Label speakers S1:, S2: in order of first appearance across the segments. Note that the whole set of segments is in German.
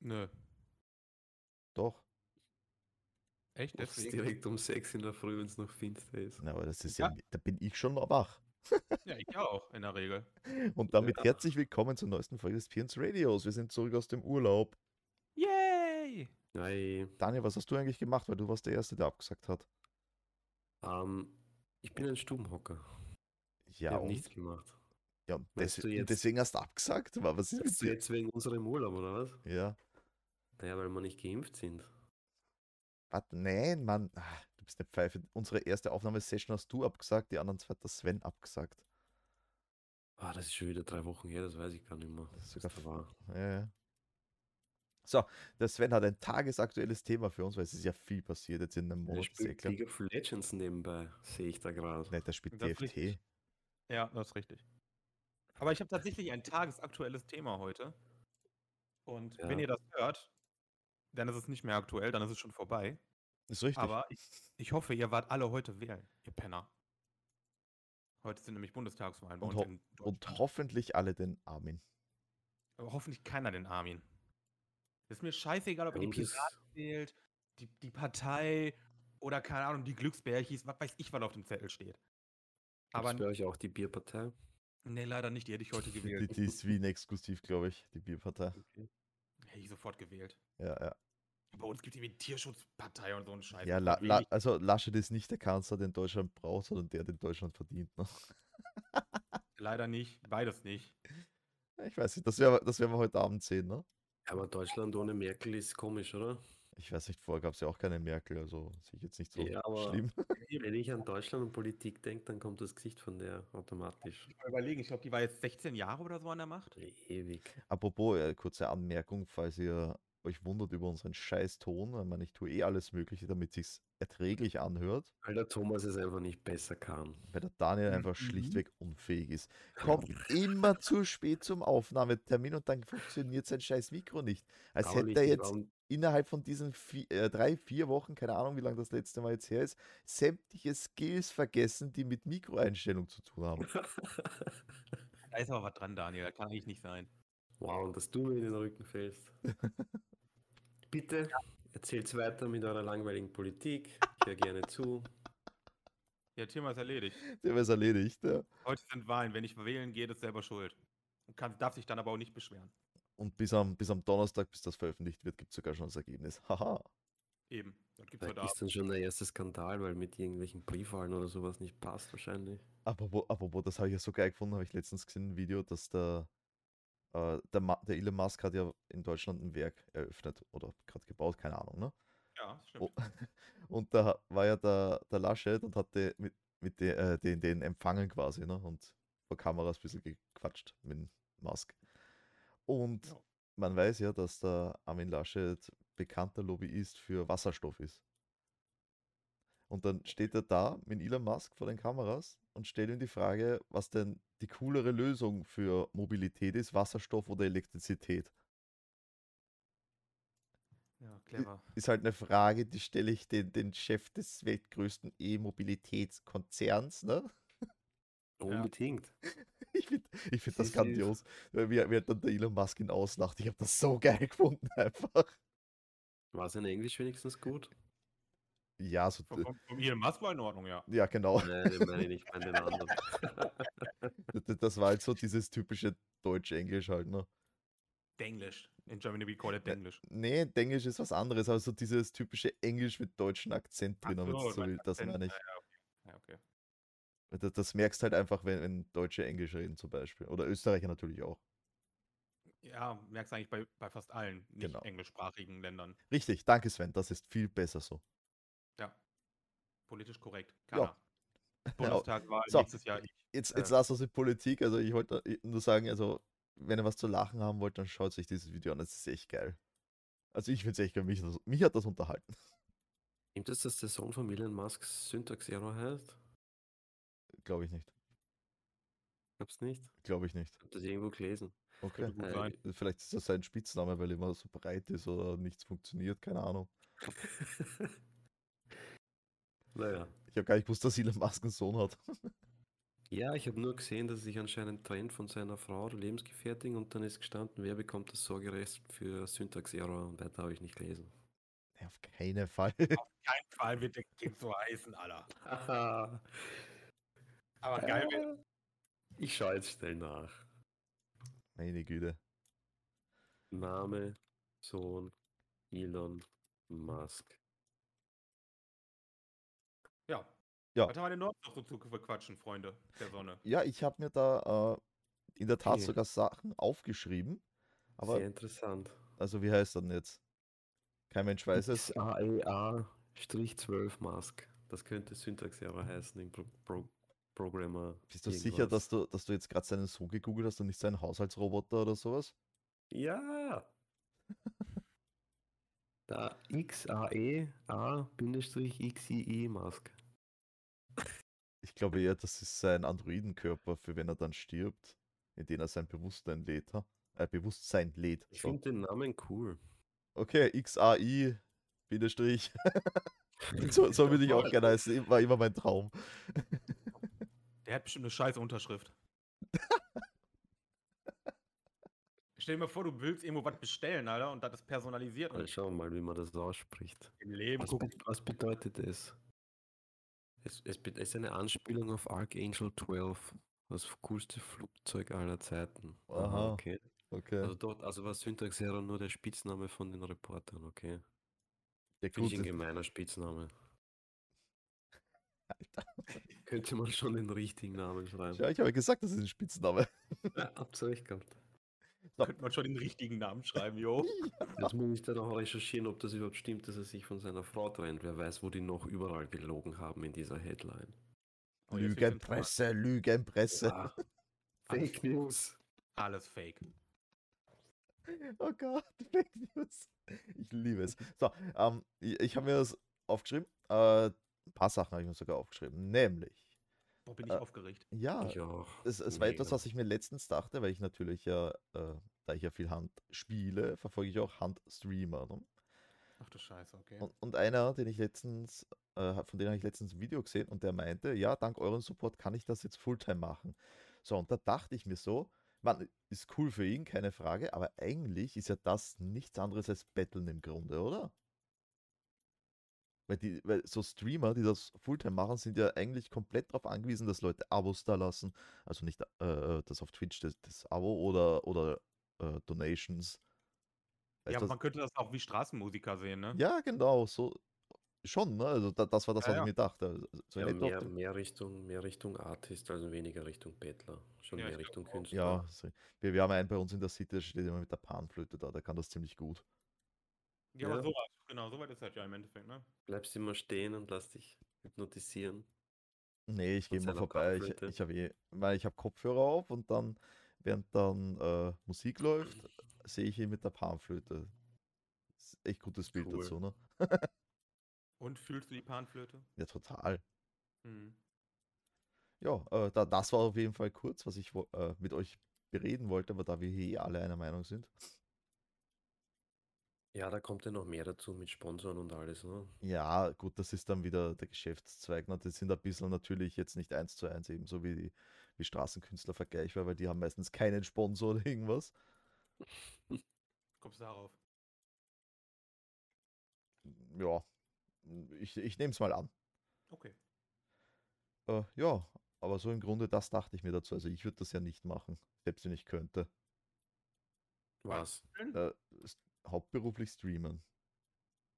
S1: Nö.
S2: Doch.
S1: Echt?
S3: Das ist
S1: Deswegen?
S3: direkt um 6 in der Früh, wenn es noch finster ist.
S2: Na, aber das ist ja, da bin ich schon noch wach.
S1: Ja, ich auch, in der Regel.
S2: Und damit herzlich willkommen zur neuesten Folge des Pirns Radios. Wir sind zurück aus dem Urlaub.
S1: Yay!
S3: Nein.
S2: Daniel, was hast du eigentlich gemacht? Weil du warst der Erste, der abgesagt hat.
S3: Ähm, ich bin ein Stubenhocker. Ich
S2: Ja,
S3: habe
S2: und,
S3: nichts gemacht.
S2: ja, und
S3: Meinst
S2: des,
S3: du jetzt-
S2: deswegen hast du abgesagt. Wa, Was ist mit
S3: Bist du
S2: dir?
S3: jetzt wegen unserem Urlaub, oder was?
S2: Ja.
S3: Naja, weil wir nicht geimpft sind.
S2: Warte, nein, Mann. Ah, Du bist eine Pfeife. Unsere erste Aufnahmesession hast du abgesagt, die anderen zwei hat der Sven abgesagt.
S3: Ah, das ist schon wieder drei Wochen her, das weiß ich gar nicht mehr.
S2: Das ist sogar
S3: da war.
S2: Ja, ja. So, der Sven hat ein tagesaktuelles Thema für uns, weil es ist ja viel passiert jetzt in einem
S3: Der
S2: Monat. ist eh
S3: spielt
S2: klar.
S3: League of Legends nebenbei, sehe ich da gerade.
S2: Nein, der spielt
S1: Das ist
S2: DFT.
S1: richtig. Ja, das ist richtig. Aber ich habe tatsächlich ein tagesaktuelles Thema heute. Und
S3: Ja.
S1: wenn ihr das hört, dann ist es nicht mehr aktuell, dann ist es schon vorbei.
S2: Ist richtig.
S1: Aber ich, ich hoffe, ihr wart alle heute wählen, ihr Penner. Heute sind nämlich Bundestagswahlen bei
S2: Und
S1: uns
S2: ho-
S1: in
S2: Und
S1: Deutschland.
S2: hoffentlich alle den Armin.
S1: Aber hoffentlich keiner den Armin. Ist mir scheißegal, ob ihr
S3: Bei
S1: die
S3: uns ist-
S1: Piraten wählt, die, die Partei oder keine Ahnung, die Glücksbärchis, was weiß ich, was auf dem Zettel steht.
S3: Aber
S1: Aber
S3: bei euch auch die Bierpartei.
S1: nee, leider nicht, die hätte ich heute
S2: Die,
S1: gewählt.
S2: die ist Wien exklusiv, glaube ich, die Bierpartei.
S1: hätte ich sofort gewählt.
S2: Ja, ja.
S1: Bei uns gibt es irgendwie Tierschutzpartei und so einen Scheiß.
S2: ja
S1: und
S2: La,
S1: wenig-
S2: La, also Laschet ist nicht der Kanzler, den Deutschland braucht, sondern der, den Deutschland verdient. Ne?
S1: leider nicht, beides nicht.
S2: Ich weiß nicht, das, wär, das werden wir heute Abend sehen. Ne?
S3: Aber Deutschland ohne Merkel ist komisch, oder?
S2: Ich weiß nicht, vorher gab es ja auch keine Merkel, also sehe ich jetzt nicht so
S3: Ja, aber-
S2: schlimm.
S3: Wenn ich an Deutschland und Politik denke, dann kommt das Gesicht von der automatisch.
S1: Ich mal überlegen, ich glaube, die war jetzt 16 Jahre oder so an der Macht.
S3: Ewig.
S2: Apropos, äh, kurze Anmerkung, falls ihr euch wundert über unseren scheiß Ton, ich meine, ich tue eh alles Mögliche, damit sich's erträglich anhört,
S3: Weil der Thomas es einfach nicht besser kann.
S2: weil der Daniel einfach
S1: Mhm.
S2: schlichtweg unfähig ist. Kommt immer zu spät zum Aufnahmetermin und dann funktioniert sein scheiß Mikro nicht. Als
S3: Dauerlich
S2: hätte er
S3: die
S2: jetzt
S3: Raum-
S2: innerhalb von diesen vi- äh, drei, vier Wochen, keine Ahnung, wie lange das letzte Mal jetzt her ist, sämtliche Skills vergessen, die mit Mikroeinstellung zu tun haben.
S1: Da ist aber was dran, Daniel. Das kann eigentlich nicht sein.
S3: Wow, und dass du mir in den Rücken fällst. Bitte erzählt's weiter mit eurer langweiligen Politik. Ich höre gerne zu.
S1: Ja, Thema ist erledigt.
S2: Der wäre erledigt. Ja.
S1: Heute sind Wahlen. Wenn ich wählen gehe, ist selber schuld. Und kann, darf sich dann aber auch nicht beschweren.
S2: Und bis am, bis am Donnerstag, bis das veröffentlicht wird, gibt es sogar schon das Ergebnis. Haha.
S1: Eben. Das gibt's
S2: Äh,
S3: Da
S1: heute Abend.
S3: ist dann schon der erste Skandal, weil mit irgendwelchen Briefwahlen oder sowas nicht passt wahrscheinlich.
S2: Apropos, apropos das habe ich ja so geil gefunden, habe ich letztens gesehen, ein Video, dass der, äh, der, Ma der Elon Musk hat ja in Deutschland ein Werk eröffnet oder gerade gebaut, keine Ahnung, ne?
S1: Ja, das stimmt.
S2: Oh. Und da war ja der, der Laschet und hatte mit, mit de, äh, den, den empfangen quasi, ne? Und vor Kameras ein bisschen gequatscht mit dem Musk. Und
S1: Ja.
S2: man weiß ja, dass der Armin Laschet bekannter Lobbyist für Wasserstoff ist. Und dann steht er da mit Elon Musk vor den Kameras und stellt ihm die Frage, was denn die coolere Lösung für Mobilität ist, Wasserstoff oder Elektrizität.
S1: Ja, clever.
S2: ist halt eine Frage, die stelle ich den, den Chef des weltgrößten E-Mobilitätskonzerns. Ne?
S3: Unbedingt.
S2: Ich finde ich find das
S3: Das ist süß.
S2: grandios, weil wie, wie hat dann der Elon Musk ihn auslacht. Ich habe das so geil gefunden einfach.
S3: War es in Englisch wenigstens gut?
S2: Ja, so,
S1: Von, von, von Elon Musk war in Ordnung, ja.
S2: ja genau.
S3: Nein, den meine ich nicht, ich meine den anderen.
S2: D- Das war halt so dieses typische Deutsch-Englisch halt. Ne?
S1: Denglisch. In Germany we call it
S2: Ja,
S1: Denglisch.
S2: Nee, Englisch ist was anderes, aber so dieses typische Englisch mit deutschen Akzent
S1: Ach
S2: drin, wenn
S1: so,
S2: so
S1: mein
S2: will, das
S1: Akzent,
S2: meine ich.
S1: ja, ja, okay. Ja, okay.
S2: Das, das merkst halt einfach, wenn, wenn Deutsche Englisch reden zum Beispiel. Oder Österreicher natürlich auch.
S1: ja merkst du eigentlich bei, bei fast allen nicht
S2: Genau.
S1: englischsprachigen Ländern.
S2: Richtig, danke Sven, das ist viel besser so.
S1: Ja. Politisch korrekt.
S2: Ja.
S1: Keiner. Bundestagwahl
S2: So.
S1: nächstes Jahr. Ich.
S2: jetzt, jetzt
S3: Ja.
S2: lass uns die Politik. Also ich wollte nur sagen, also wenn ihr was zu lachen haben wollt, dann schaut euch dieses Video an. Das ist echt geil. Also ich finde es echt geil. Mich, hat das- mich hat das unterhalten.
S3: Nimmt es, dass der Sohn von Elon Musk Syntax Error heißt?
S2: Glaube ich nicht.
S3: Gab's nicht?
S2: Glaube ich nicht.
S3: Ich hab das irgendwo gelesen.
S2: Okay.
S1: gut
S3: Äh,
S1: sein.
S2: Vielleicht ist das sein Spitzname, weil er immer so breit ist oder nichts funktioniert. Keine Ahnung.
S3: naja.
S2: Ich habe gar nicht gewusst, dass Elon Musk einen Sohn hat.
S3: Ja, ich habe nur gesehen, dass er sich anscheinend trennt von seiner Frau, der Lebensgefährtin, und dann ist gestanden, wer bekommt das Sorgerecht für Syntax-Error und weiter habe ich nicht gelesen.
S2: Nee, auf keinen Fall.
S1: Kein Fall wird der Game so heißen, Alter.
S3: Haha.
S1: Aber geil wäre.
S3: Äh, Ich schaue jetzt schnell nach.
S2: Meine Güte.
S3: Name, Sohn, Elon Musk.
S1: Ja.
S2: Ja.
S1: Heute haben wir den Norden noch so zu verquatschen, Freunde der Sonne.
S2: Ja, ich habe mir da äh, in der Tat
S3: Okay.
S2: sogar Sachen aufgeschrieben. Aber,
S3: Sehr interessant.
S2: also wie heißt er denn jetzt? Kein Mensch weiß es. E
S3: XAEA-12 Mask. Das könnte Syntax-Error heißen, im Pro Pro Programmer.
S2: Bist du sicher,
S3: irgendwas.
S2: dass du, dass du jetzt gerade seinen Sohn gegoogelt hast und nicht seinen Haushaltsroboter oder sowas?
S3: Ja! Da XAEA-XIE Mask.
S2: Ich
S3: Äh.
S2: glaube eher, das ist sein Androidenkörper, für wenn er dann stirbt, in den er sein Bewusstsein lädt. ha? Äh, Bewusstsein lädt.
S3: Ich
S2: So.
S3: finde den Namen cool.
S2: Okay, XAI, Bindestrich. so so will ich auch gerne heißen. War immer mein Traum.
S1: Der hat bestimmt eine scheiße Unterschrift. Stell dir mal vor, du willst irgendwo was bestellen, Alter, und das ist personalisiert.
S3: Mal
S1: Und
S3: schauen mal, wie man das ausspricht.
S1: Im Leben
S3: Was,
S1: gucken.
S3: be- was bedeutet es? Es, es, be- es ist eine Anspielung auf Archangel 12, das coolste Flugzeug aller Zeiten.
S2: Aha.
S3: okay.
S2: Okay.
S3: Also dort, also war Syntax Hero nur der Spitzname von den Reportern, okay.
S2: Ja,
S3: Finde
S2: gut,
S3: ich ein gemeiner Spitzname. Könnte man schon den richtigen Namen schreiben.
S2: ja, ich habe ja gesagt, das ist ein Spitzname.
S3: Ja, habt's recht gehabt.
S1: Könnte man schon den richtigen Namen schreiben, jo.
S3: Jetzt muss ich dann auch recherchieren, ob das überhaupt stimmt, dass er sich von seiner Frau trennt. Wer weiß, wo die noch überall gelogen haben in dieser Headline.
S1: Oh, jetzt wird's
S2: Lügenpresse, Lügenpresse.
S3: Ah,
S1: Alles-
S3: Fake News.
S1: Alles fake.
S2: Oh Gott, Fake News. Ich liebe es. So, ähm, ich, ich habe mir das aufgeschrieben. Äh, ein paar Sachen habe ich mir sogar aufgeschrieben. Nämlich,
S1: Boah, bin ich
S2: Äh,
S1: aufgeregt.
S2: ja,
S3: Ich auch.
S2: es, es war etwas,
S3: Mega.
S2: was ich mir letztens dachte, weil ich natürlich ja, äh, da ich ja viel Hand spiele, verfolge ich auch Handstreamer. Ne?
S1: Ach du Scheiße, okay.
S2: Und, und einer, den ich letztens, äh, von dem habe ich letztens ein Video gesehen und der meinte, ja, dank eurem Support kann ich das jetzt Fulltime machen. So, und da dachte ich mir so, man, ist cool für ihn, keine Frage, aber eigentlich ist ja das nichts anderes als Betteln im Grunde, oder? Weil, die, weil so Streamer, die das Fulltime machen, sind ja eigentlich komplett darauf angewiesen, dass Leute Abos da lassen. Also nicht äh, das auf Twitch, das, das Abo oder, oder äh, Donations. Weißt
S1: Ja,
S2: du, was-
S1: man könnte das auch wie Straßenmusiker sehen, ne?
S2: ja, genau, so schon, ne? Also da, das war das,
S1: Ja,
S2: was
S1: ja.
S2: ich mir dachte. also So
S3: Ja,
S2: in etwa auf
S3: mehr,
S2: dem-
S3: mehr, Richtung, mehr Richtung Artist, also weniger Richtung Bettler. Schon
S1: Ja, ich
S3: mehr
S1: glaub
S3: Richtung
S1: auch.
S3: Künstler.
S2: ja sorry. wir, wir haben einen bei uns in der City, der steht immer mit der Panflöte da, der kann das ziemlich gut.
S1: Ja,
S3: Ja.
S1: aber sowas. Genau, sowas ist das ja im Endeffekt, ne?
S3: Bleibst immer stehen und lass dich hypnotisieren.
S2: Nee, ich gehe
S3: Mit
S2: mal
S3: seiner
S2: vorbei. Ich,
S3: Panflöte.
S2: ich habe eh, weil ich habe Kopfhörer auf und dann, während dann äh, Musik läuft, sehe ich ihn mit der Panflöte. Ist echt gutes Bild
S3: Cool.
S2: dazu, ne?
S1: Und fühlst du die Panflöte?
S2: Ja, total.
S1: Hm.
S2: Ja, äh, da, das war auf jeden Fall kurz, was ich wo- äh, mit euch bereden wollte, aber da wir hier eh alle einer Meinung sind.
S3: Ja, da kommt ja noch mehr dazu mit Sponsoren und alles. Ne?
S2: Ja, gut, das ist dann wieder der Geschäftszweig. Ne? Die sind ein bisschen natürlich jetzt nicht eins zu eins, ebenso wie, die, wie Straßenkünstler vergleichbar, weil die haben meistens keinen Sponsor oder irgendwas.
S1: Kommst du darauf?
S2: Ja, ich, ich nehme es mal an.
S1: Okay.
S2: Äh, ja, aber so im Grunde, das dachte ich mir dazu. Also ich würde das ja nicht machen, selbst wenn ich könnte.
S3: Was?
S2: Äh, s- hauptberuflich streamen.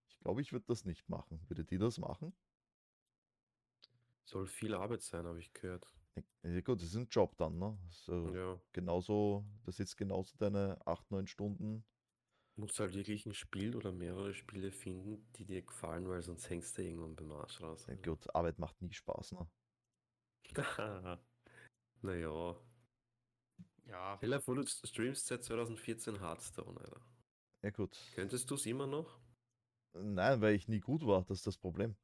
S2: Ich glaube, ich würde das nicht machen. Würde die das machen?
S3: Soll viel Arbeit sein, habe ich gehört.
S2: Ja, gut, das ist ein Job dann, ne? So,
S3: Ja.
S2: genauso, das ist genauso deine 8, 9 Stunden.
S3: Musst halt wirklich ein Spiel oder mehrere Spiele finden, die dir gefallen, weil sonst hängst du irgendwann beim Arsch raus.
S2: Ja, Gut, Arbeit macht nie Spaß, ne?
S3: naja.
S1: Ja.
S3: Stell dir vor, du streamst seit 2014 Hearthstone, Alter.
S2: Ja gut.
S3: Könntest du es immer noch?
S2: Nein, weil ich nie gut war, das ist das Problem.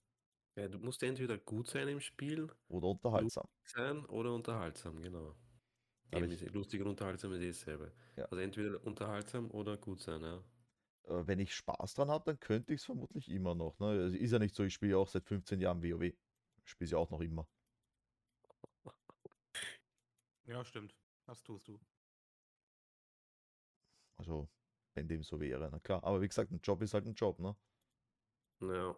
S3: Ja, du musst entweder gut sein im Spiel,
S2: Oder unterhaltsam.
S3: sein oder unterhaltsam, genau.
S2: Aber
S3: Eben
S2: ich-
S3: ist- lustig und unterhaltsam ist eh dasselbe.
S2: Ja.
S3: Also entweder unterhaltsam oder gut sein, ja.
S2: Äh, Wenn ich Spaß dran habe, dann könnte ich es vermutlich immer noch. Ne? Also Ist ja nicht so, ich spiele ja auch seit 15 Jahren WoW. Spiele ja auch noch immer.
S1: Ja, stimmt. Das tust du.
S2: Also, wenn dem so wäre, na klar. Aber wie gesagt, ein Job ist halt ein Job, ne?
S3: Ja.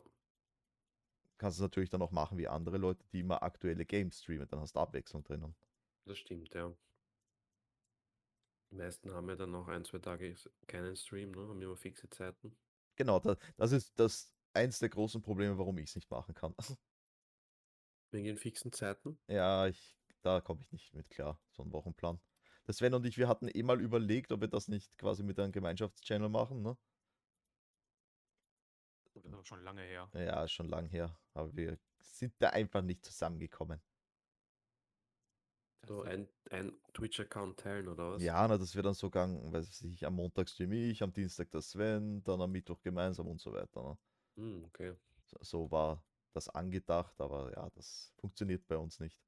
S2: Kannst es natürlich dann auch machen wie andere Leute, die immer aktuelle Games streamen, dann hast du Abwechslung drinnen.
S3: Das stimmt, ja. Die meisten haben ja dann noch ein, zwei Tage s- keinen Stream, ne? Haben immer fixe Zeiten.
S2: Genau, da, das ist das eins der großen Probleme, warum ich es nicht machen kann.
S3: Wegen den fixen Zeiten.
S2: Ja, ich, da komme ich nicht mit klar, so ein Wochenplan. Der Sven und ich, wir hatten eh mal überlegt, ob wir das nicht quasi mit einem Gemeinschaftschannel machen, ne?
S1: Das ist aber schon lange her.
S2: Ja, ist schon lang her, aber wir sind da einfach nicht zusammengekommen.
S3: So ein, ein Twitch-Account teilen oder was?
S2: Also Ja, na, das wäre dann so gegangen, weiß ich nicht, am Montag streame ich, am Dienstag der Sven, dann am Mittwoch gemeinsam und so weiter, ne?
S3: Hm, okay.
S2: So- So war das angedacht, aber ja, das funktioniert bei uns nicht.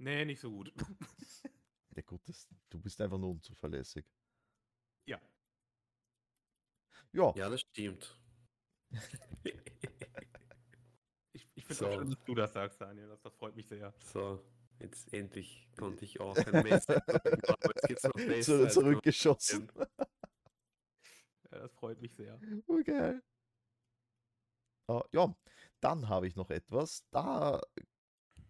S1: Nee, nicht so gut.
S2: Ja gut, das, du bist einfach nur unzuverlässig.
S1: ja.
S2: Ja,
S3: Ja, das stimmt.
S1: Ich, ich finde es
S3: So.
S1: schön, dass du das sagst, Daniel. Das, das freut mich sehr.
S3: so, jetzt endlich konnte ich auch ein Messer. Jetzt gibt's noch
S2: zu,
S3: Messer.
S2: zurückgeschossen.
S1: Ja, das freut mich sehr.
S2: Oh, geil. Ah, ja, dann habe ich noch etwas. Da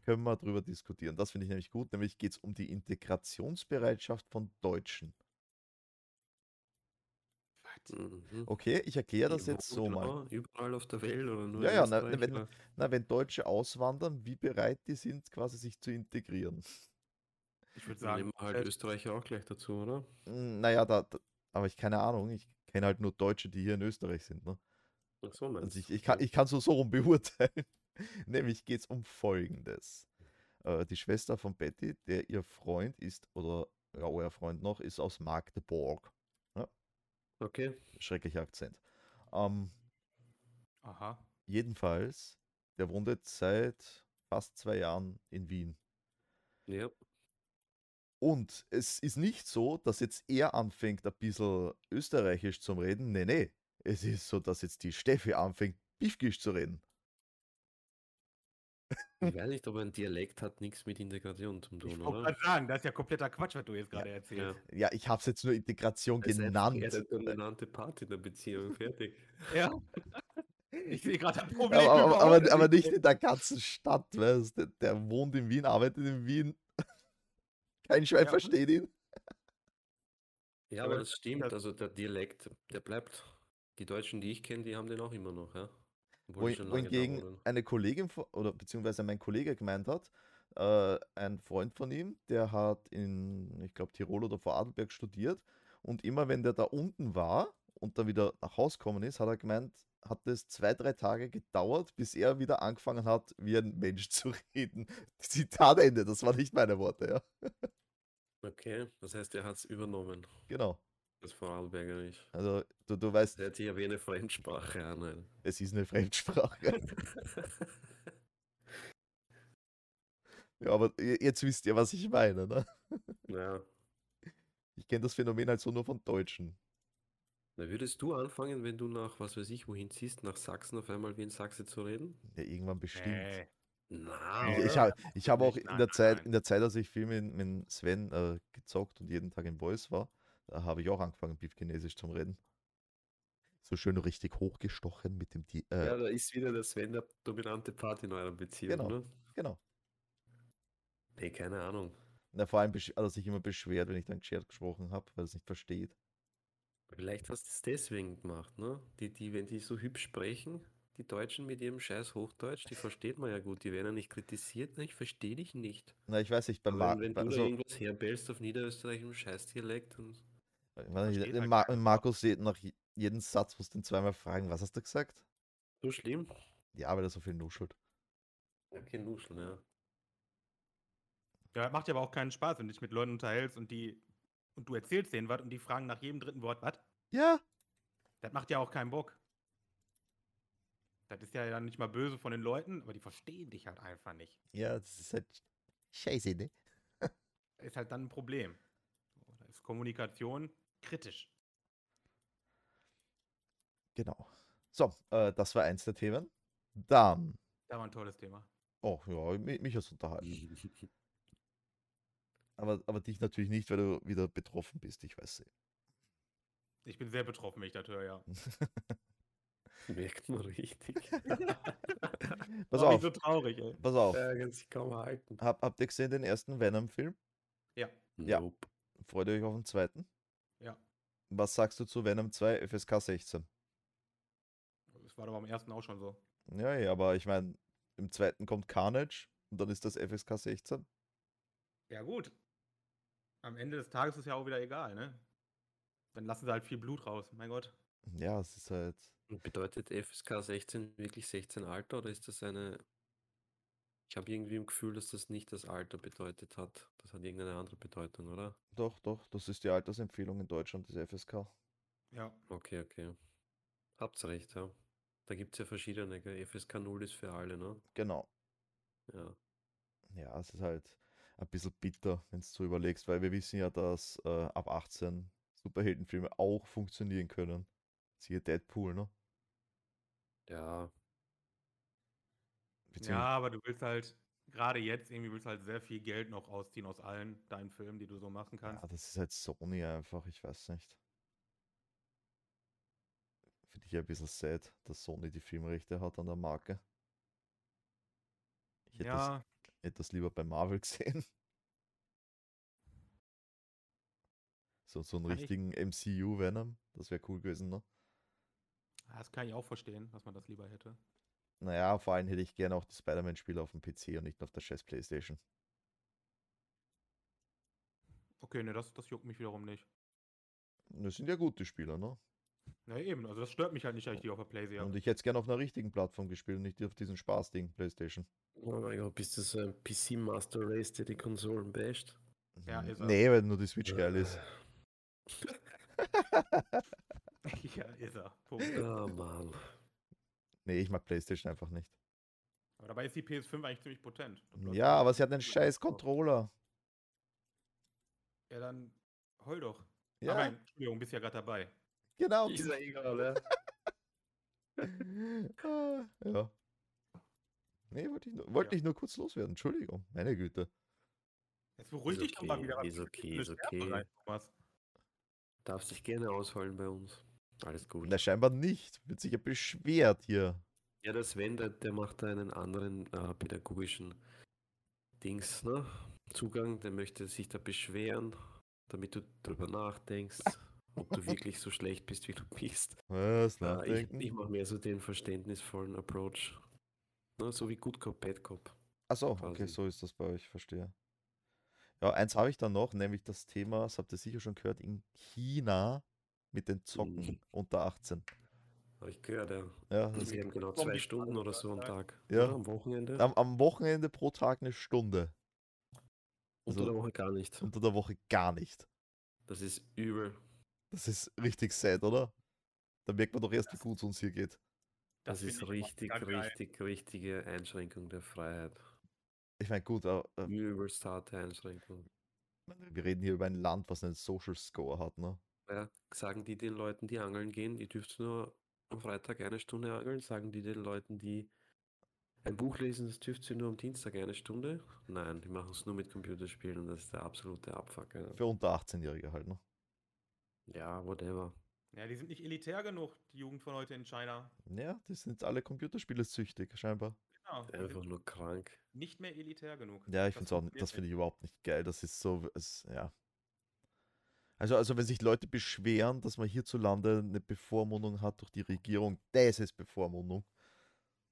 S2: können wir drüber diskutieren. Das finde ich nämlich gut. Nämlich geht es um die Integrationsbereitschaft von Deutschen.
S3: Mhm.
S2: Okay, ich erkläre das
S3: Wo
S2: jetzt so mal.
S3: genau? Überall auf der Welt oder nur
S2: Ja,
S3: in
S2: ja, na,
S3: Österreich,
S2: wenn-
S3: oder?
S2: Na, wenn Deutsche auswandern, wie bereit die sind, quasi sich zu integrieren.
S1: Ich würde
S3: Dann
S1: sagen,
S3: nehmen wir halt Österreicher auch gleich dazu, oder?
S2: Mm, Naja, da, da, aber ich keine Ahnung. Ich kenne halt nur Deutsche, die hier in Österreich sind. Ne?
S3: Ach so, meinst
S2: Also
S3: du,
S2: ich, ich, kann,
S3: okay.
S2: ich kann so so rum beurteilen. Nämlich geht es um Folgendes. Äh, die Schwester von Betty, der ihr Freund ist, oder ja, euer Freund noch, ist aus Magdeburg.
S3: Okay.
S2: Schrecklicher Akzent. Ähm,
S1: Aha.
S2: jedenfalls, der wohnt jetzt seit fast zwei Jahren in Wien.
S3: Ja.
S2: Und es ist nicht so, dass jetzt er anfängt, ein bisschen österreichisch zu reden. Nee, nee. Es ist so, dass jetzt die Steffi anfängt, Bifgisch zu reden.
S3: Ich weiß nicht, aber ein Dialekt hat nichts mit Integration zu
S1: Ich
S3: tun,
S1: wollte
S3: oder?
S1: gerade sagen, das ist ja kompletter Quatsch, was du jetzt gerade erzählst.
S2: Ja, ich habe es jetzt nur Integration
S3: Es ist einfach
S2: genannt.
S3: der
S2: äh,
S3: dominante Part in der Beziehung, fertig.
S1: Ja. Ich sehe gerade ein Problem.
S2: Aber, aber,
S1: überhaupt
S2: aber, aber nicht
S1: drin.
S2: in der ganzen Stadt, weißt du? Der wohnt in Wien, arbeitet in Wien. Kein Schwein
S1: Ja, und?
S2: versteht ihn.
S3: Ja,
S1: Aber
S3: aber
S1: das
S3: das
S1: ist
S3: stimmt.
S1: halt-
S3: Also der Dialekt, der bleibt. Die Deutschen, die ich kenne, die haben den auch immer noch, ja. Obwohl
S2: Wohin-
S3: die schon lange da
S2: Wohingegen
S3: wohnen.
S2: eine Kollegin von- oder beziehungsweise mein Kollege gemeint hat, äh, ein Freund von ihm, der hat in, ich glaube, Tirol oder Vorarlberg studiert und immer wenn der da unten war und dann wieder nach Hause gekommen ist, hat er gemeint, hat es zwei, drei Tage gedauert, bis er wieder angefangen hat, wie ein Mensch zu reden. Zitat Ende, das waren nicht meine Worte, ja.
S3: Okay, das heißt, er hat es übernommen,
S2: Genau.
S3: das Vorarlbergerisch.
S2: Also du, du weißt,
S3: Das hört sich ja wie eine Fremdsprache an. Alter.
S2: Es ist eine Fremdsprache. ja, aber i- jetzt wisst ihr, was ich meine. Ne?
S3: Ja.
S2: Ich kenne das Phänomen halt so nur von Deutschen.
S3: Na, würdest du anfangen, wenn du nach, was weiß ich, wohin ziehst, nach Sachsen auf einmal wie in Sachse zu reden?
S2: Ja, irgendwann bestimmt.
S3: Äh,
S1: Nee.
S3: Na,
S2: Ich, ich
S3: oder?
S2: habe ich hab auch
S1: nicht.
S2: in
S1: Nein,
S2: der,
S1: nein,
S2: Zeit,
S1: nein.
S2: in der Zeit, als ich viel mit, mit Sven äh, gezockt und jeden Tag im Voice war, da habe ich auch angefangen, Biefchinesisch zu reden. So schön richtig hochgestochen mit dem. Di äh,
S3: Ja, da ist wieder der Sven der dominante Part in eurer Beziehung,
S2: Genau.
S3: ne?
S2: Genau.
S3: Nee, keine Ahnung.
S2: Na, vor allem besch- hat er sich immer beschwert, wenn ich dann geschert gesprochen habe, weil er es nicht versteht.
S3: Vielleicht hast du es deswegen gemacht, ne? Die, die, wenn die so hübsch sprechen, die Deutschen mit ihrem scheiß Hochdeutsch, die versteht man ja gut, die werden ja nicht kritisiert, ne? Ich verstehe dich nicht.
S2: Na, ich weiß nicht, beim
S3: Aber
S2: Mar-
S3: wenn, wenn
S2: bei-
S3: du da
S2: also-
S3: irgendwas herbellst auf Niederösterreich im Scheißdialekt und
S2: Warte,
S1: versteht
S2: den
S1: halt
S2: Ma
S1: keiner,
S2: den
S1: ne?
S2: Markus je- nach je- jedem Satz musst du ihn zweimal fragen, was hast du gesagt?
S3: so schlimm.
S2: Ja, weil er so viel nuschelt.
S3: Okay, Nuscheln, ja.
S1: Ja, macht ja aber auch keinen Spaß, wenn du dich mit Leuten unterhältst und die und du erzählst denen was und die fragen nach jedem dritten Wort, was?
S2: Ja,
S1: Das macht ja auch keinen Bock. Das ist ja dann nicht mal böse von den Leuten, aber die verstehen dich halt einfach nicht.
S2: ja, das ist halt scheiße, ne?
S1: Ist halt dann ein Problem. So, Da ist Kommunikation kritisch.
S2: Genau. So, äh, das war eins der Themen. Dann
S1: Da war ein tolles Thema.
S2: Oh, ja, mich, mich hast unterhalten. Aber, aber dich natürlich nicht, weil du wieder betroffen bist, ich weiß eh.
S1: Ich bin sehr betroffen, wenn ich das höre, ja.
S3: Merkt man richtig.
S2: Pass
S1: Mach mich so
S2: auf,
S1: traurig, ey.
S2: pass auf.
S3: Ja, kann sich kaum halten.
S2: Hab, habt ihr gesehen den ersten Venom-Film?
S1: Ja,
S2: Ja.
S3: Nope.
S2: Freut ihr euch auf den zweiten?
S1: ja.
S2: Was sagst du zu Venom 2 FSK 16?
S1: Das war doch am ersten auch schon so.
S2: Ja, ja, aber ich meine, im zweiten kommt Carnage und dann ist das FSK 16.
S1: Ja, gut. Am Ende des Tages ist ja auch wieder egal, ne? Dann lassen sie halt viel Blut raus, mein Gott.
S2: Ja, es ist halt.
S3: Und Bedeutet FSK 16 wirklich 16 Alter oder ist das eine. Ich habe irgendwie im Gefühl, dass das nicht das Alter bedeutet hat. Das hat irgendeine andere Bedeutung, oder?
S2: Doch, doch, das ist die Altersempfehlung in Deutschland, das FSK.
S1: Ja.
S3: Okay, okay. Habt's recht, ja. Da gibt's ja verschiedene, gell? FSK 0 ist für alle, ne?
S2: Genau.
S3: Ja.
S2: Ja, es ist halt ein bisschen bitter, wenn du so überlegst, weil wir wissen ja, dass äh, ab 18 Superheldenfilme auch funktionieren können. Siehe Deadpool, ne?
S3: Ja,
S2: Beziehungs-
S1: Ja, aber du willst halt, gerade jetzt irgendwie willst du halt sehr viel Geld noch rausziehen aus allen deinen Filmen, die du so machen kannst.
S2: Ja, das ist halt Sony einfach, ich weiß nicht. Finde ich ja ein bisschen sad, dass Sony die Filmrechte hat an der Marke. Ich hätte das,
S1: Ja,
S2: hätte das lieber bei Marvel gesehen. So, so einen
S1: Kann ich-
S2: richtigen MCU-Venom, das wäre cool gewesen, ne?
S1: das kann ich auch verstehen, dass man das lieber hätte.
S2: Naja, vor allem hätte ich gerne auch die Spider-Man-Spiele auf dem PC und nicht nur auf der scheiß Playstation.
S1: Okay, ne, das, das juckt mich wiederum nicht.
S2: Das sind ja gute Spieler, ne?
S1: Na eben, also das stört mich halt nicht, dass ich die auf der Playsee
S2: Und
S1: habe.
S2: ich hätte es gerne auf einer richtigen Plattform gespielt und nicht auf diesem Spaßding, Playstation.
S3: Oh mein Gott, bist du so ein PC-Master Race, der die Konsolen basht?
S1: Ja,
S2: N-
S1: ist er.
S2: Hm. nee, weil nur die Switch geil ist.
S1: ja, ist er. Punkt.
S3: Ah, Mann.
S2: Nee, ich mag PlayStation einfach nicht.
S1: Aber dabei ist die PS5 eigentlich ziemlich potent. Das läuft
S2: Ja,
S1: gut.
S2: aber sie hat einen scheiß Controller.
S1: Ja, dann heul doch. Ja.
S2: Ja,
S1: Aber nein, Entschuldigung, bist ja gerade dabei.
S2: genau.
S3: Ist ja egal,
S2: Ah,
S3: ja.
S2: ja. Nee, wollte ich, nur- wollte
S1: Ja.
S2: ich nur kurz loswerden. Entschuldigung, meine Güte.
S1: Jetzt beruhig dich doch mal
S3: okay,
S1: wieder. was
S3: ist
S1: du für
S3: okay,
S1: eine
S3: ist
S1: Schärfe
S3: okay.
S1: rein, Thomas.
S3: Darfst dich gerne ausholen bei uns. Alles gut.
S2: Na, scheinbar nicht. Wird sich ja beschwert hier.
S3: Ja, der Sven, der, der macht da einen anderen äh, pädagogischen Dings, ne? Zugang, der möchte sich da beschweren, damit du drüber nachdenkst, ob du wirklich so schlecht bist, wie du bist.
S2: Was?
S3: Äh, ich
S2: Nachdenken?
S3: ich mache mehr so den verständnisvollen Approach. Ne? So wie Good Cop, Bad Cop.
S2: Achso, okay,
S3: quasi.
S2: so ist das bei euch, verstehe. Ja, eins habe ich dann noch, nämlich das Thema, das habt ihr sicher schon gehört, in China mit den Zocken
S3: Mhm.
S2: unter 18.
S3: Hab ich gehört, ja.
S2: Ja, das
S3: Wir haben genau
S1: Zombie-
S3: zwei Stunden oder so am Tag.
S2: Ah. Ja.
S3: am Wochenende.
S2: am, am Wochenende pro Tag eine Stunde.
S3: Unter
S2: so-
S3: der Woche gar nicht.
S2: Unter der Woche gar nicht.
S3: Das ist übel.
S2: Das ist richtig sad, oder? Da merkt man doch erst, wie gut es uns hier geht.
S3: Das,
S1: find
S3: ist
S1: ich
S3: richtig,
S1: mega geil.
S3: richtig, richtige Einschränkung der Freiheit.
S2: Ich meine, gut, aber, äh,
S3: Übelst harte Einschränkung.
S2: wir reden hier über ein Land, was einen Social Score hat, ne?
S3: Ja, sagen die den Leuten, die angeln gehen, ihr dürft nur am Freitag eine Stunde angeln, sagen die den Leuten, die ein Buch lesen, das dürft ihr nur am Dienstag eine Stunde. Nein, die machen es nur mit Computerspielen und das ist der absolute Abfuck. Ja,
S2: Für unter 18-Jährige halt, ne?
S3: ja whatever.
S1: Ja, die sind nicht elitär genug, die Jugend von heute in China.
S2: Ja, die sind jetzt alle Computerspiele süchtig, scheinbar.
S1: Genau, die
S3: Einfach
S1: sind
S3: nur krank.
S1: nicht mehr elitär genug.
S2: Ja, ich finde es auch,
S1: funktioniert
S2: das finde
S1: nicht.
S2: ich überhaupt nicht geil. Das ist so, es, ja. Also, also, wenn sich Leute beschweren, dass man hierzulande eine Bevormundung hat durch die Regierung, das ist Bevormundung.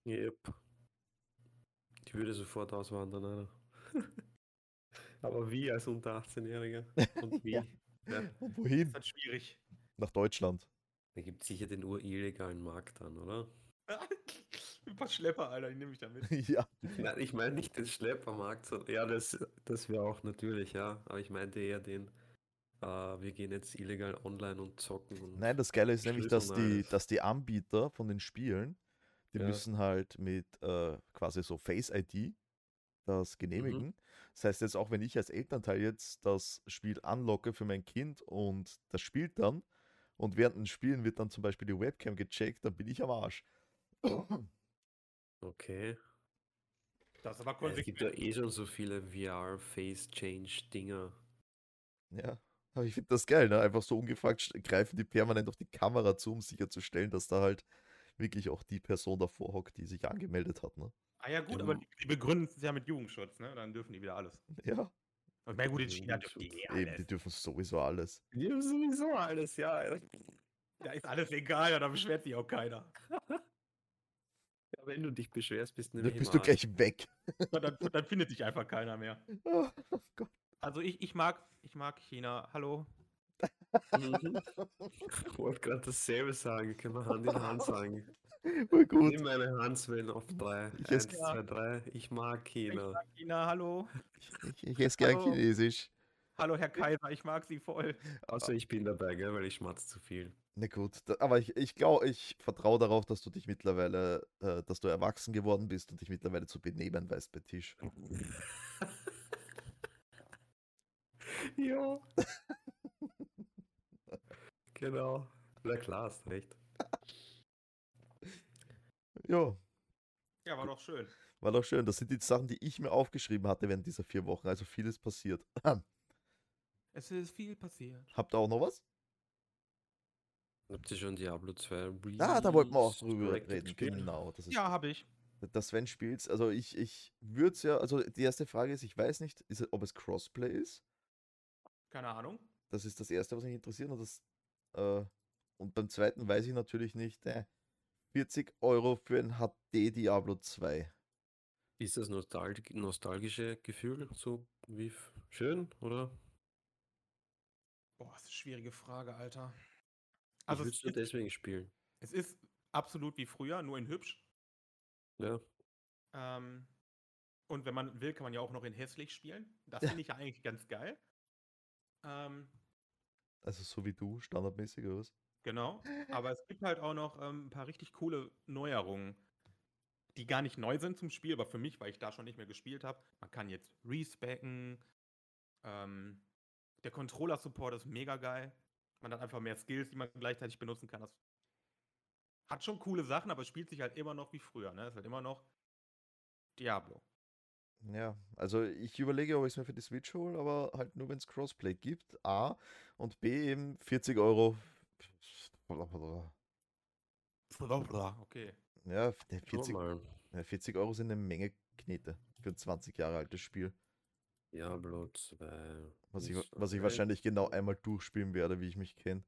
S3: Yep. Ich würde sofort auswandern, Alter. Aber wie als unter 18-Jähriger? Und wie?
S2: Ja.
S3: Ja.
S2: Und
S1: Ist
S2: wohin?
S1: halt schwierig.
S2: Nach Deutschland.
S3: Da gibt es sicher den urillegalen Markt dann, oder?
S1: Ein paar Schlepper, Alter, die nehme ich da mit.
S2: ja.
S3: Nein, ich meine nicht den Schleppermarkt, sondern ja, das, das wäre auch natürlich, ja. Aber ich meinte eher den, äh, wir gehen jetzt illegal online und zocken. Und
S2: Nein, das Geile ist nämlich, dass
S3: Schlüssel und
S2: die,
S3: alles.
S2: dass die Anbieter von den Spielen, die
S3: Ja.
S2: müssen halt mit äh, quasi so Face ID
S3: Mhm.
S2: das genehmigen. Das heißt jetzt auch, wenn ich als Elternteil jetzt das Spiel anlocke für mein Kind und das spielt dann und während dem Spielen wird dann zum Beispiel die Webcam gecheckt, dann bin ich am Arsch.
S3: Okay.
S1: Das ist aber
S3: Ja, es gibt ja
S1: konsequent.
S3: eh schon so viele VR-Face-Change-Dinger.
S2: Ja. Aber ich finde das geil, ne? Einfach so ungefragt sch- greifen die permanent auf die Kamera zu, um sicherzustellen, dass da halt wirklich auch die Person davor hockt, die sich angemeldet hat, ne?
S1: Ah ja
S3: genau.
S1: gut, aber die, die begründen es ja mit Jugendschutz, ne? Dann dürfen die wieder alles.
S2: Ja.
S1: Und na gut, in China dürfen die eh
S2: Eben, die
S1: alles.
S2: dürfen sowieso alles.
S3: Die haben sowieso alles, ja.
S1: Da ist alles egal, ja, da beschwert sich auch keiner.
S3: Wenn du dich beschwerst, bist du
S2: Dann
S3: nämlich
S2: bist
S3: im
S2: du
S3: Arsch.
S2: gleich weg.
S1: Und dann, dann findet sich einfach keiner mehr.
S2: Oh Gott.
S1: Also ich, ich mag, ich mag China. Hallo.
S3: Mhm. Ich wollte gerade dasselbe sagen. Können wir Hand in Hand sagen.
S2: Voll gut.
S3: Nimm meine Handwellen auf drei.
S2: Ich
S3: Eins,
S2: esse-
S3: zwei, drei. Ich mag
S1: Ich
S3: China.
S1: mag China, hallo.
S2: Ich, ich esse gern
S1: Hallo.
S2: Chinesisch.
S1: Hallo, Herr Kaiser, ich mag Sie voll.
S3: Außer ich bin dabei, gell, weil ich schmatze zu viel.
S2: Na gut, da, aber ich, ich glaube, ich vertraue darauf, dass du dich mittlerweile, äh, dass du erwachsen geworden bist und dich mittlerweile zu benehmen weißt bei Tisch.
S3: Ja. genau. Na klar, hast recht.
S2: Ja,
S1: Ja, war doch schön.
S2: war doch schön. Das sind die Sachen, die ich mir aufgeschrieben hatte während dieser vier Wochen. Also vieles passiert.
S1: Es ist viel passiert.
S2: Habt ihr auch noch was?
S3: Habt ihr schon Diablo 2
S2: Ah, da wollten wir auch
S3: Resurrected
S2: drüber reden.
S3: gespielt?
S2: Genau, das ist
S1: Ja, habe ich.
S2: das Sven spielt's. Also ich, ich würde es ja, also die erste Frage ist, ich weiß nicht, ist, ob es Crossplay ist.
S1: Keine Ahnung.
S2: Das ist das Erste, was mich interessiert. Und, das, äh, und beim zweiten weiß ich natürlich nicht. Äh, 40 Euro für ein HD Diablo 2.
S3: Ist das nostal nostalgische Gefühl so wie f- schön, oder?
S1: Boah, das ist eine schwierige Frage, Alter. Also
S3: Also
S1: es
S3: würdest du
S1: ist,
S3: deswegen spielen?
S1: es ist absolut wie früher, nur in hübsch.
S3: Ja.
S1: Ähm, und wenn man will, kann man ja auch noch in hässlich spielen. Das finde ich ja eigentlich ganz geil. Ähm,
S2: Also so wie du, standardmäßig oder was?
S1: Genau. Aber es gibt halt auch noch ähm, ein paar richtig coole Neuerungen, die gar nicht neu sind zum Spiel, aber für mich, weil ich da schon nicht mehr gespielt habe. Man kann jetzt respecken. Ähm, der Controller-Support ist mega geil. Man hat einfach mehr Skills, die man gleichzeitig benutzen kann. Das hat schon coole Sachen, aber es spielt sich halt immer noch wie früher. Ne? Ist halt immer noch Diablo.
S2: Ja, also ich überlege, ob ich es mir für die Switch hole, aber halt nur, wenn es Crossplay gibt. A und B eben 40 Euro.
S1: Okay.
S2: Ja, ne, f- der
S3: Schauen
S2: 40,
S3: wir mal.
S2: ja, 40 Euro sind eine Menge Knete für ein 20 Jahre altes Spiel,
S3: Diablo 2.
S2: was ich, wa- was ich wahrscheinlich genau einmal durchspielen werde, wie ich mich kenne.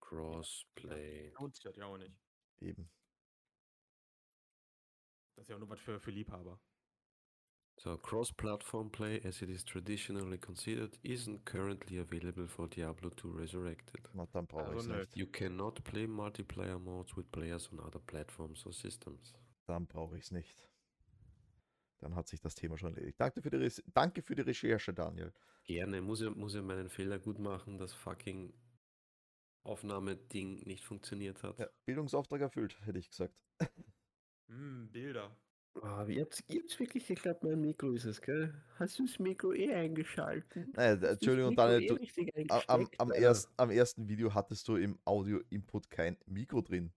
S3: Crossplay.
S1: Lohnt sich das ja auch nicht.
S2: Eben.
S1: Das ist ja auch nur was für, für Liebhaber.
S3: So, cross-platform play, as it is traditionally considered, isn't currently available for Diablo 2 Resurrected.
S2: Na, dann brauche ich
S1: Also
S2: es
S1: nö.
S2: nicht.
S3: You cannot play multiplayer modes with players on other platforms or systems.
S2: Dann brauche ich es nicht. Dann hat sich das Thema schon erledigt. Danke für die, Res- Danke für die Recherche, Daniel.
S3: Gerne, muss ja, muss ja meinen Fehler gut machen, dass fucking Aufnahmeding nicht funktioniert hat.
S2: Ja, Bildungsauftrag erfüllt, hätte ich gesagt.
S1: Hm, Bilder.
S3: Ah, ihr habt es wirklich geklappt, mein Mikro ist es, gell? Hast du das Mikro eh eingeschalten?
S2: Nein, d- Äh, Entschuldigung,
S3: eh
S2: Daniel, du, a- am, am, erst, am ersten Video hattest du im Audio-Input kein Mikro drin.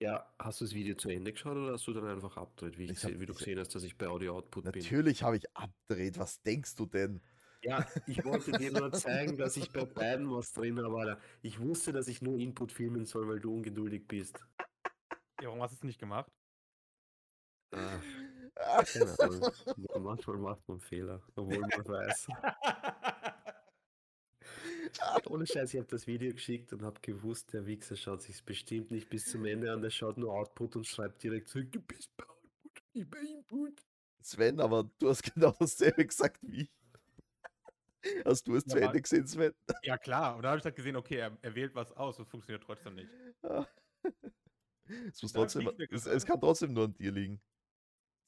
S3: Ja, hast du das Video zu Ende geschaut oder hast du dann einfach abgedreht, wie, ich
S2: Ich hab-
S3: seh, wie du
S2: ich-
S3: gesehen hast, dass ich bei Audio Output bin?
S2: Natürlich habe ich abgedreht. Was denkst du denn?
S3: Ja, ich wollte dir nur zeigen, dass ich bei beiden was drin habe, Alter. Ich wusste, dass ich nur Input filmen soll, weil du ungeduldig bist.
S1: Ja, warum hast du es nicht gemacht?
S3: Ah,
S2: Genau.
S3: keine Ahnung. Manchmal macht man Fehler, obwohl man weiß. Ohne Scheiß, ich habe das Video geschickt und habe gewusst, der Wichser schaut sich bestimmt nicht bis zum Ende an, der schaut nur Output und schreibt direkt zurück, du bist bei Output, ich bei Input.
S2: Sven, aber du hast genau dasselbe gesagt wie ich. Hast du es zu
S1: Ja,
S2: Ende gesehen, Sven?
S1: Ja, klar. Und da habe ich halt gesehen, okay, er, er wählt was aus, das funktioniert trotzdem nicht.
S2: Es, muss
S1: Da
S2: trotzdem,
S1: liegt's mir
S2: es,
S1: gerade.
S2: es kann trotzdem nur an dir liegen.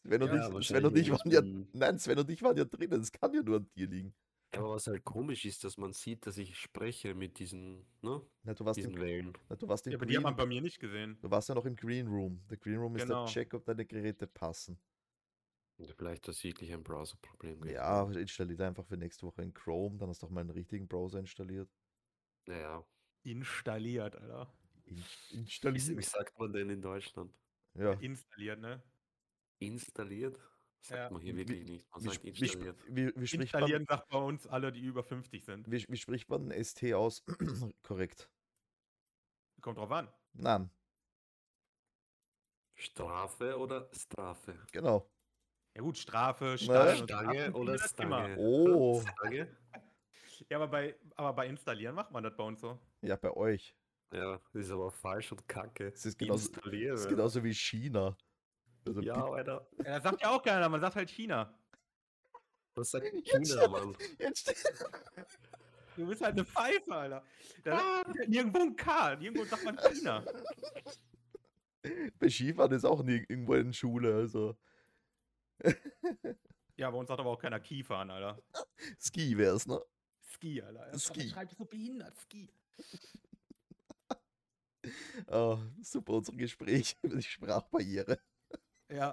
S2: Sven und, ich, Sven und ich waren ja.
S3: wahrscheinlich, weil
S2: Nein, Sven und ich waren ja drinnen. Es kann ja nur an dir liegen.
S3: ich bin- Aber was halt komisch ist, dass man sieht, dass ich spreche mit diesen, ne,
S2: Na, du warst,
S3: diesen
S2: im,
S3: Wellen.
S2: na, du warst im
S1: Ja, aber die
S2: Green
S1: haben man bei mir nicht gesehen.
S2: Du warst ja noch im Green Room. Der Green Room
S1: Genau.
S2: ist der Check, ob deine Geräte passen.
S3: Und Vielleicht das wirklich ein Browser-Problem. gewesen.
S2: Ja, installier da einfach für nächste Woche in Chrome, dann hast du auch mal einen richtigen Browser installiert.
S3: ne? Naja,
S1: Installiert, Alter.
S2: In
S3: wie
S2: installiert.
S3: sagt man denn in Deutschland?
S2: Ja,
S1: Installiert, ne?
S3: Installiert? sagt
S1: Ja.
S3: man hier
S2: Wie-
S3: wirklich nicht. Man
S2: Wie,
S3: sagt
S2: sp- wie,
S3: installiert.
S2: sp- wie, wie, spricht
S1: Installieren
S2: man,
S1: sagt bei uns alle, die über 50 sind.
S2: wie, wie spricht man ein ST aus? Korrekt.
S1: Kommt drauf an.
S2: Nein,
S3: Strafe oder Strafe?
S2: genau.
S1: Ja gut,
S2: Ne?
S1: Strafe,
S2: Äh,
S1: Stange, und
S3: Stange
S1: Strafen
S3: oder
S1: das immer.
S3: Stange?
S2: Oh,
S3: Frage?
S1: Ja, aber bei, aber bei Installieren macht man das bei uns so.
S2: ja, bei euch.
S3: Ja, ist aber falsch und kacke.
S2: Es ist genauso,
S3: Installiere.
S2: es ist genauso wie China. Also
S3: ja,
S2: bitte-
S3: Alter.
S1: Ja, das sagt ja auch keiner, man sagt halt China.
S3: Was sagt
S2: Jetzt-
S3: China, Mann?
S2: Jetzt,
S1: Du bist halt eine Pfeife, Alter. Da ist nirgendwo ein K, nirgendwo sagt man China.
S2: bei Skifahren ist auch nie irgendwo in Schule, also
S1: Ja, bei uns sagt aber auch keiner Kiefern, Alter.
S2: Ski wär's, ne?
S1: Ski, Alter. Das
S2: Ski.
S1: Schreibt so behindert, Ski.
S2: Ah, super, unser Gespräch über die Sprachbarriere.
S1: Ja.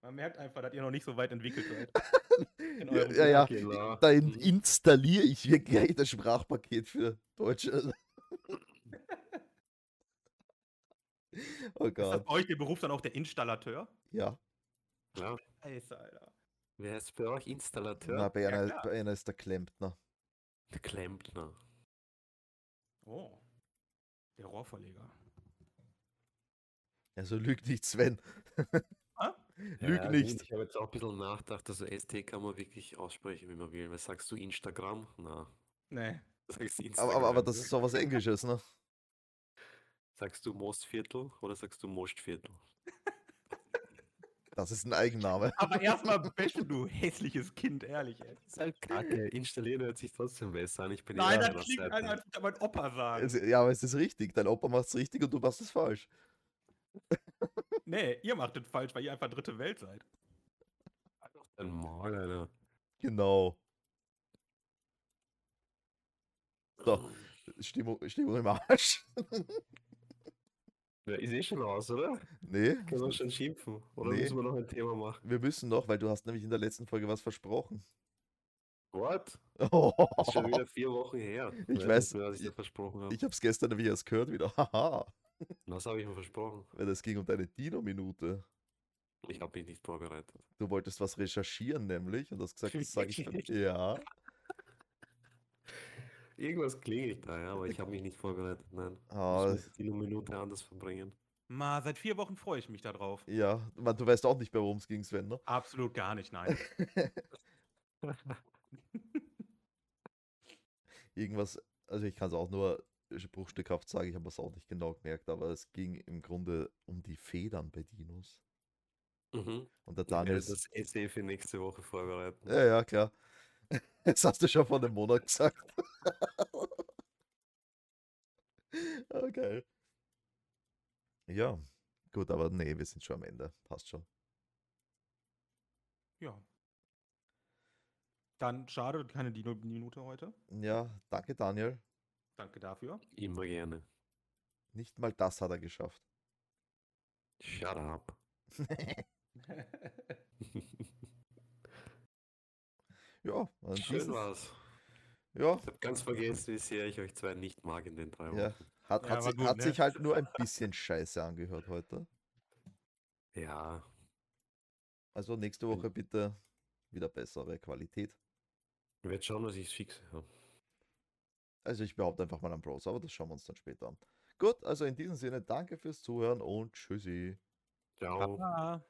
S1: Man merkt einfach, dass ihr noch nicht so weit entwickelt seid. In
S2: Ja,
S1: eurem
S2: ja, ja.
S3: Genau.
S2: Da in,
S3: Mhm.
S2: installiere ich wirklich gleich das Sprachpaket für Deutsche. oh
S1: Ist das
S2: Gott,
S1: bei euch der Beruf dann auch der Installateur?
S2: ja.
S3: Klar.
S1: Scheiße, Alter.
S3: Wer heißt bei euch Installateur?
S2: Na, bei,
S1: ja,
S2: einer,
S1: klar.
S2: bei einer ist der Klempner.
S3: Der Klempner.
S1: Oh. Der Rohrverleger.
S2: Also lüg nicht, Sven.
S1: Ah?
S2: Lüg
S3: gut,
S2: nicht.
S3: Ich habe jetzt auch ein bisschen nachgedacht, also ST kann man wirklich aussprechen, wie man will. Was sagst du Instagram? Na,
S1: Nee.
S3: sagst du Instagram.
S2: Aber, aber, aber das ist doch was Englisches, ne?
S3: Sagst du Mostviertel oder sagst du Mostviertel?
S2: Das ist ein Eigenname.
S1: Aber erstmal bashen, du hässliches Kind, ehrlich, ey.
S3: ist halt kacke. Installieren hört sich trotzdem besser an. Ich bin
S1: Nein,
S3: eher
S1: das klingt, halt Alter, als würde mein Opa sagen.
S2: Es- Ja, aber es ist richtig. Dein Opa macht's richtig und du machst es falsch.
S1: Nee, ihr macht das falsch, weil ihr einfach dritte Welt seid.
S3: Ein Maul, Alter.
S2: Genau.
S1: Oh.
S2: So. Stimmung, Stimmung im Arsch.
S3: Ja, ist eh schon aus, oder?
S2: Nee,
S3: Können wir schon schimpfen? Oder
S2: Nee.
S3: müssen wir noch ein Thema machen?
S2: wir müssen noch, weil du hast nämlich in der letzten Folge was versprochen.
S3: What? Das ist schon wieder vier Wochen her. nicht
S2: weiß-
S3: mehr, was ich dir
S2: ich-
S3: versprochen habe.
S2: Ich hab's gestern nämlich erst gehört wieder. Haha,
S3: Was habe ich mir versprochen?
S2: weil das ging um deine Dino-Minute.
S3: Ich habe mich nicht vorbereitet.
S2: Du wolltest was recherchieren nämlich und hast gesagt, das sage ich dann. Ja,
S3: Irgendwas klingelt da, ja, aber ich habe mich nicht vorbereitet. Nein.
S2: Ah,
S3: Ich muss die Minute anders verbringen.
S1: Ma, seit vier Wochen freue ich mich darauf.
S2: ja. Man, du weißt auch nicht mehr, worum es ging, Sven, ne?
S1: Absolut gar nicht, nein.
S2: Irgendwas, also ich kann es auch nur bruchstückhaft sagen, ich habe es auch nicht genau gemerkt, aber es ging im Grunde um die Federn bei Dinos.
S3: Mhm.
S2: Und der
S3: Ich werde
S2: Daniel ist.
S3: das Essay für nächste Woche vorbereiten.
S2: Ja, ja, klar. Das hast du schon vor einem Monat gesagt. Ah, geil. Ja, gut, aber nee, wir sind schon am Ende. Passt schon.
S1: Ja. Dann schade, keine Dino-Minute heute.
S2: Ja, danke, Daniel.
S1: Danke dafür.
S3: Immer gerne.
S2: Nicht mal das hat er geschafft.
S3: Shut up.
S2: Ja, an
S3: Schön
S2: dieses-
S3: war's.
S2: ja,
S3: Ich habe ganz vergessen, wie sehr ich euch zwei nicht mag in den drei Wochen.
S2: ja. Hat,
S1: Ja,
S2: hat,
S1: war
S2: sich,
S1: gut,
S2: hat
S1: ne?
S2: sich halt nur ein bisschen scheiße angehört heute.
S3: Ja,
S2: Also nächste
S1: Hm.
S2: Woche bitte wieder bessere Qualität.
S3: ich werde schauen, dass ich es fixe. Ja.
S2: Also ich behaupte einfach mal am Browser, aber das schauen wir uns dann später an. Gut, also in diesem Sinne, danke fürs Zuhören und tschüssi.
S3: Ciao.
S1: Ah.